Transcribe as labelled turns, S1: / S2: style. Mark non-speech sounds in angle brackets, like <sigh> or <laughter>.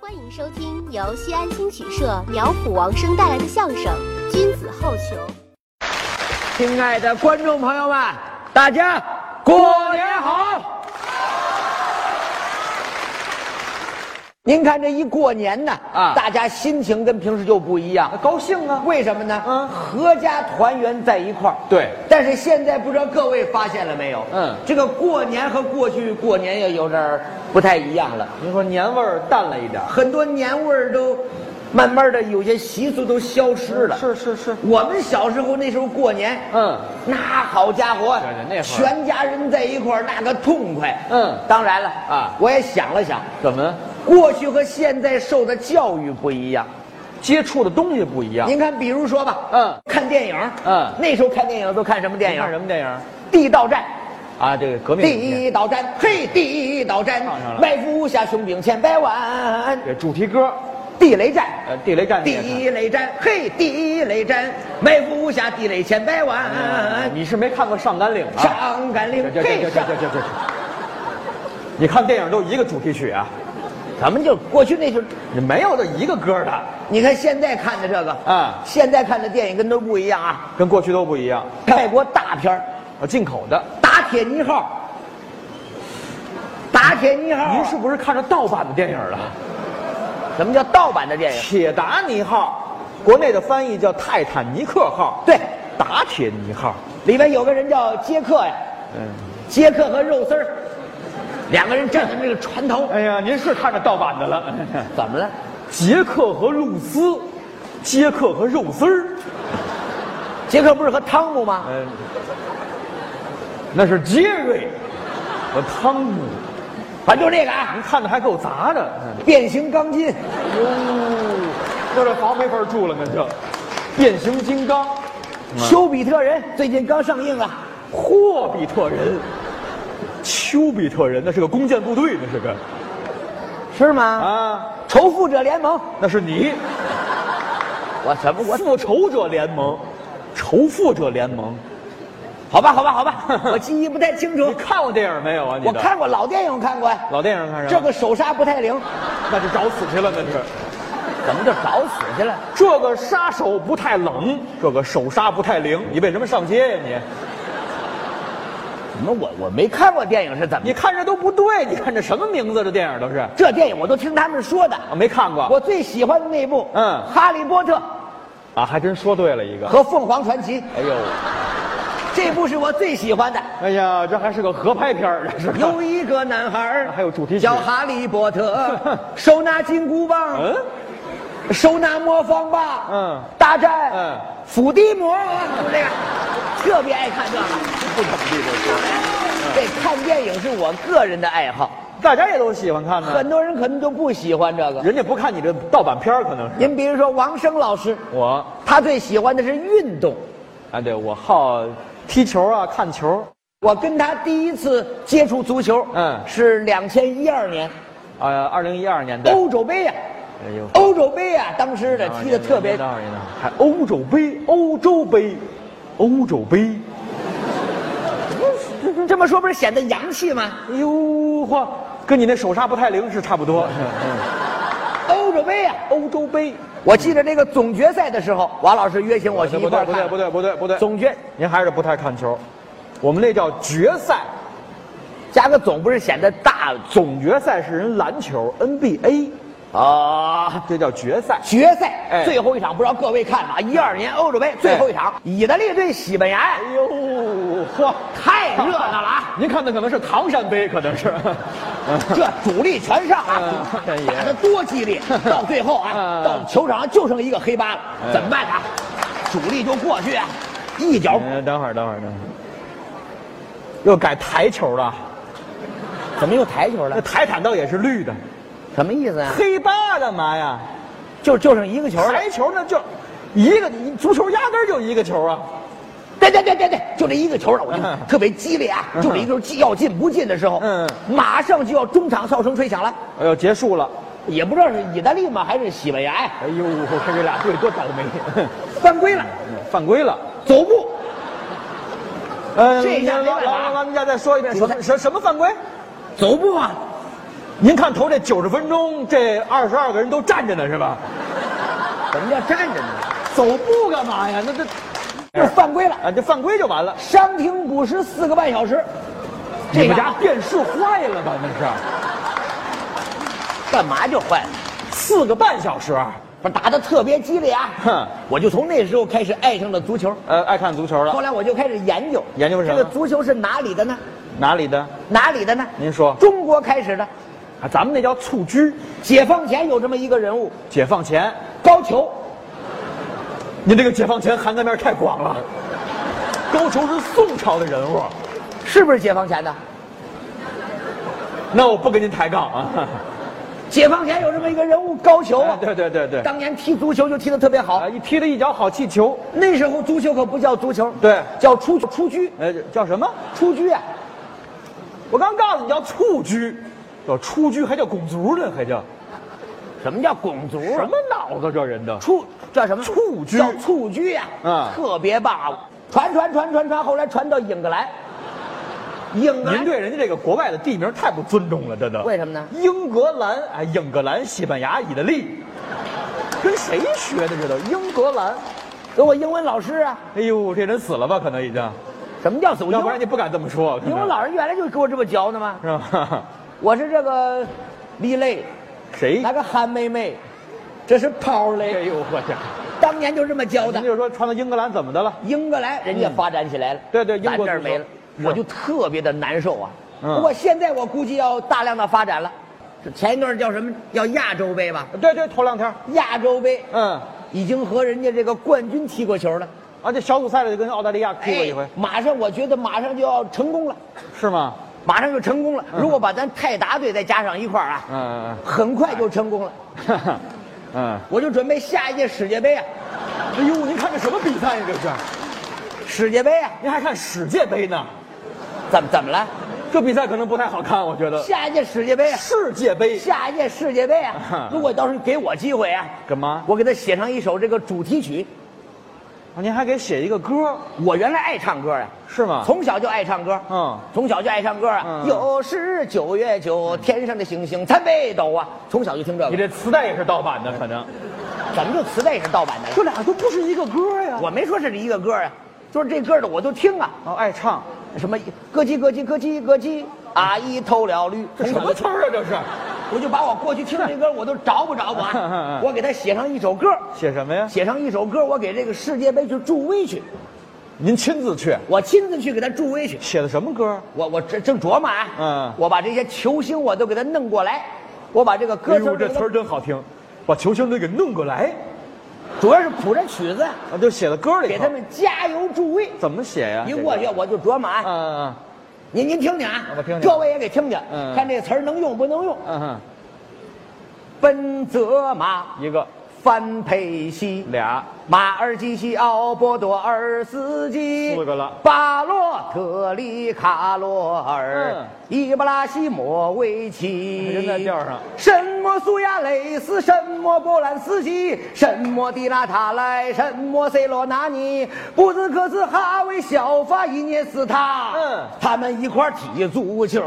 S1: 欢迎收听由西安新曲社苗圃王声带来的相声《君子好逑》。
S2: 亲爱的观众朋友们，大家过年好！您看这一过年呢，
S3: 啊
S2: 大家心情跟平时就不一样，
S3: 高兴啊！
S2: 为什么呢？
S3: 嗯
S2: 合家团圆在一块儿。
S3: 对
S2: 但是现在不知道各位发现了没有？
S3: 嗯
S2: 这个过年和过去过年也有点儿不太一样了，
S3: 您说年味儿淡了一点儿，
S2: 很多年味儿都慢慢的有些习俗都消失了。
S3: 是是是，
S2: 我们小时候那时候过年，
S3: 嗯，
S2: 那好家伙，
S3: 对对那会儿
S2: 全家人在一块儿那个痛快，
S3: 嗯
S2: 当然了
S3: 啊
S2: 我也想了想，
S3: 怎么
S2: 过去和现在受的教育不一样。
S3: 接触的东西不一样？
S2: 您看，比如说吧，
S3: 啊嗯
S2: 看电影，
S3: 嗯
S2: 那时候看电影都看什么电影？
S3: 看什么电影？
S2: 地道战。
S3: 啊，这个革命影片
S2: 地道战，嘿，地道战
S3: 唱上，了
S2: 埋伏下雄兵千百万，
S3: 这主题歌，
S2: 地雷战，
S3: 呃，地雷战这个
S2: 地雷战，嘿，地雷战，埋伏下地雷千百万，
S3: 看。啊你是没看过《上甘岭》嗯啊？
S2: 上甘
S3: 这
S2: 岭，
S3: 这这这这这这，你看电影都一个主题曲啊，
S2: 咱们就过去那时候，
S3: 你没有这一个歌的，
S2: 你看现在看的这个
S3: 啊
S2: 现在看的电影跟都不一样啊。
S3: 跟过去都不一样。
S2: 泰国大片儿
S3: 啊，进口的，
S2: 《打铁尼号》，打铁尼号啊，
S3: 您是不是看着盗版的电影了？
S2: 什么叫盗版的电影？
S3: 《铁达尼号》，国内的翻译叫《泰坦尼克号》，
S2: 对，
S3: 打铁尼号》。
S2: 里边有个人叫杰克呀，
S3: 嗯，
S2: 杰克和肉丝儿，两个人站在那个船头，
S3: 哎呀，您是看着盗版的了。
S2: 怎么了？
S3: <laughs> 杰克和露丝，杰克和肉丝儿，
S2: 杰克不是和汤姆吗？
S3: 嗯，那是杰瑞和汤姆，
S2: 反正就那个啊，
S3: 您看的还够杂的，
S2: 变形钢筋，
S3: 那这房没法住了，那就变形金刚、
S2: 丘比特人最近刚上映啊了。
S3: 霍比特人、丘比特人，那是个弓箭部队，那是个
S2: 是吗？
S3: 啊，
S2: 仇富者联盟，
S3: 那是你
S2: 我什么我
S3: 复仇者联盟、仇富者联盟，
S2: 好吧，好吧，好吧，
S3: <laughs>
S2: 我记忆不太清楚
S3: 你。看过电影没有啊？你
S2: 我
S3: 的
S2: 看过老电影，看过呀。
S3: 老电影看什么？
S2: 这个手刹不太灵，
S3: 那就找死去了，那是。
S2: 怎么就找死去了？
S3: 这个杀手不太冷，这个手刹不太灵，你为什么上街呀、
S2: 怎么我我没看过电影是怎
S3: 你？你
S2: 么？
S3: 看这都不对，你看这什么名字？这电影都是啊，
S2: 这电影我都听他们说的。
S3: 没看过。
S2: 我最喜欢的那部，
S3: 啊嗯
S2: 《哈利波特
S3: 啊，还真说对了一》个。
S2: 和《凤凰传奇》
S3: 哎呦，
S2: 这部是我最喜欢
S3: <laughs>
S2: 的。
S3: 哎呀，这还是个合拍片儿，这是。
S2: 有一个男孩儿
S3: 啊还有主题曲
S2: 叫哈利波
S3: <laughs>
S2: 特，手拿金箍棒，
S3: 嗯，
S2: 手拿魔方棒，
S3: 嗯
S2: 大战，
S3: 嗯
S2: 伏地魔，就这个，特别爱看这个。
S3: 不怎么地这是。
S2: 这看电影是我个人的爱好，
S3: 大家也都喜欢看呢
S2: 很，多人可能都不喜欢这个。
S3: 人家不看你这盗版片儿，可能是。
S2: 您比如说王声老师，
S3: 我，
S2: 他最喜欢的是运动。
S3: 啊，对我好踢球啊，看球
S2: 我跟他第一次接触足球，
S3: 嗯
S2: 是两千一二年
S3: 啊，二零一二年的。
S2: 欧洲杯呀、
S3: 哎呦
S2: 欧洲杯呀、当时的踢的特别
S3: 哦啊有道理呢。还欧洲杯、欧洲杯、欧洲杯。
S2: 这么说不是显得洋气吗？
S3: 哎呦嚯，跟你那手刹不太灵是差不 <laughs> 多。
S2: 欧洲杯呀、啊
S3: 欧洲杯，
S2: 我记得那个总决赛的时候，王老师约请我去一
S3: 不
S2: 块儿
S3: 对不
S2: 看
S3: 对不对不对不对，
S2: 总决，
S3: 您还是不太看球。我们那叫决赛，
S2: 加个总不是显得大
S3: 总决赛是人篮球 NBA，
S2: 啊？
S3: 这叫决赛。
S2: 决赛、
S3: 哎
S2: 最后一场，不知道各位看吧？一二年欧洲杯最后一场，意大利对西班牙，
S3: 哎呦嚯，
S2: 太热闹了啊！
S3: 您看的可能是唐山杯，可能是。
S2: <laughs> 这主力全上啊
S3: 嗯，真
S2: 打
S3: 爷
S2: 得多激 <laughs> 烈！到最后啊，
S3: 嗯
S2: 到球场上就剩一个黑八了，
S3: 哎
S2: 怎么办啊？主力就过去啊，一脚
S3: <laughs> 嗯，等会儿等会儿等会儿，又改台球了。
S2: 怎么又台球
S3: 那？台毯倒也是绿的，
S2: 什么意思啊？
S3: 黑八干嘛呀？
S2: 就就剩一个球了。
S3: 台球那就一个，足球压根儿就一个球啊。
S2: 对对对对对，就这一个球了，我就
S3: 嗯
S2: 特别激烈啊！
S3: 嗯
S2: 就这一个球要进不进的时候，
S3: 嗯
S2: 马上就要中场哨声吹响了，
S3: 哎呦，结束了。
S2: 也不知道是意大利吗还是西班牙呀？
S3: 哎呦，我看这俩队多倒霉，啊
S2: 犯规了，
S3: <laughs> 犯规了。呃
S2: 走步。
S3: 嗯
S2: 这一下没
S3: 老
S2: 办法
S3: 老老，咱们家再说一遍，
S2: 主
S3: 什
S2: 裁
S3: 么什什么犯规？
S2: 走步啊，
S3: 您看头这九十分钟，这二十二个人都站着呢，是吧？
S2: 怎么叫站着呢？
S3: <laughs> 走步干嘛呀？ <laughs> 那这
S2: 这犯规了，
S3: 啊，这犯规就完了。
S2: 伤停补时四个半小时。
S3: 你们
S2: 个
S3: 家电视坏了吧？那是啊
S2: 干嘛就坏了？
S3: 四个半小时。啊
S2: 不是打得特别激烈啊！
S3: 哼
S2: 我就从那时候开始爱上了足球，
S3: 呃，爱看足球
S2: 后
S3: 了，
S2: 来我就开始研究
S3: 研究什
S2: 这
S3: 么
S2: 个足球是哪里的呢？
S3: 哪里的？
S2: 哪里的呢？
S3: 您说，
S2: 中国开始的，
S3: 啊咱们那叫蹴鞠。
S2: 解放前有这么一个人物
S3: 解放前，
S2: 高俅，
S3: 您这个解放前涵盖面太广了。高俅是宋朝的人物，
S2: 是不是解放前的？
S3: 那我不跟您抬杠啊。哎
S2: 解放前有这么一个人物高俅啊，
S3: 对对对对，
S2: 当年踢足球就踢得特别好
S3: 啊，，一踢了一脚好气球，
S2: 那时候足球可不叫足球，
S3: 对
S2: 叫出出局
S3: 呃，叫什么？
S2: 出局啊！
S3: 我刚告诉你叫蹴鞠，叫蹴鞠还叫拱足呢，还叫
S2: 什么叫拱足
S3: 什
S2: 啊？
S3: 么脑子这人的？
S2: 蹴叫什么？
S3: 蹴鞠
S2: 叫蹴鞠呀、
S3: 嗯
S2: 特别棒啊！传传传传传，后来传到英格兰，英格
S3: 您
S2: 兰
S3: 对人家这个国外的地名太不尊重了，真的。
S2: 为什么呢
S3: 英格兰，哎，英格兰、西班牙、意大利，跟谁学的这都？英格兰，
S2: 啊跟我英文老师啊，
S3: 哎呦，这人死了吧？可能已经，
S2: 什么叫走
S3: 要
S2: 英
S3: 不然
S2: 文？
S3: 你不敢这么说。可能
S2: 英文老师原来就给我这么教的嘛。
S3: 是吧？ <laughs>
S2: 我是这个丽蕾，
S3: 谁
S2: 那？个韩妹妹，这是泡
S3: 哎
S2: 蕾，
S3: 呦，我天！
S2: 当年就这么教
S3: 您
S2: 的。
S3: 就说传到英格兰怎么的了？
S2: 英格兰人家发展起来了，
S3: 嗯对对英
S2: 咱
S3: 国
S2: 这儿
S3: 足球
S2: 没了，
S3: 是啊
S2: 我就特别的难受啊。
S3: 嗯
S2: 不过现在我估计要大量的发展了。这前一段叫什么？叫亚洲杯吧？
S3: 对对，头两天，
S2: 亚洲杯
S3: 嗯，
S2: 已经和人家这个冠军踢过球了，
S3: 而且小组赛里跟澳大利亚踢过一回
S2: 哎，马上我觉得马上就要成功了，
S3: 是吗？
S2: 马上就成功了。如果把咱泰达队再加上一块儿啊，
S3: 嗯
S2: 很快就成功了。
S3: 嗯嗯 <laughs> 嗯。
S2: 我就准备下一届世界杯啊，
S3: 哎呦，您看这什么比赛呀？这是？
S2: 世界杯啊，
S3: 您还看世界杯呢？
S2: 怎么怎么了？
S3: 这比赛可能不太好看，我觉得。
S2: 下一届世界杯啊，
S3: 世界杯！
S2: 下一届世界杯啊
S3: <laughs>
S2: 如果要是给我机会啊，
S3: 干嘛？
S2: 我给他写上一首这个主题曲。
S3: 啊您还给写一个歌
S2: 我原来爱唱歌呀、啊
S3: 是吗？
S2: 从小就爱唱歌，嗯
S3: 啊嗯，
S2: 从小就爱唱歌啊。
S3: 嗯
S2: 有是九月九，天上的星星参北斗啊，从小就听这
S3: 你
S2: 个。
S3: 这磁带也是盗版的，可能。
S2: 怎么就磁带是盗版的了？
S3: 这俩都不是一个歌呀。
S2: 我没说是一个歌啊，就是这歌的我都听啊。
S3: 哦，爱唱，
S2: 什么咯叽咯叽咯叽咯叽，阿姨偷了驴。
S3: 这什么词儿啊？这是
S2: 我就把我过去听这歌我都找不
S3: <laughs>
S2: 着我
S3: 嗯嗯
S2: 啊，
S3: 嗯
S2: 我给他写上一首歌，
S3: 写什么呀？
S2: 写上一首歌，我给这个世界杯去助威去，
S3: 您亲自去
S2: 我亲自去给他助威去。
S3: 写的什么歌？
S2: 我我正正琢磨啊，
S3: 嗯
S2: 我把这些球星我都给他弄过来，我把这个
S3: 哎
S2: 歌词
S3: 呦，
S2: 儿
S3: 这词儿真好听，把球星队给弄过来，
S2: 主要是谱着曲子，
S3: 啊，就写到歌里头。
S2: 给他们加油助威。
S3: 怎么写呀？
S2: 一过去
S3: 啊这个
S2: 我就琢磨啊，
S3: 嗯嗯
S2: 您您听听啊，
S3: 我听听
S2: 各位也给听听，
S3: 嗯
S2: 看这词儿能用不能用。
S3: 嗯嗯
S2: 奔泽马，
S3: 嗯，一个
S2: 范佩西，
S3: 俩
S2: 马尔基西奥波多尔斯基，
S3: 四个了
S2: 巴洛特利、卡罗尔、
S3: 嗯
S2: 伊布拉希莫维奇，
S3: 人在调上
S2: 什么苏亚雷斯，什么波兰斯基，什么迪拉塔莱，什么 C 罗纳尼，布兹克斯、哈维、小法、伊涅斯塔，
S3: 嗯 <laughs>
S2: 他们一块儿踢足球。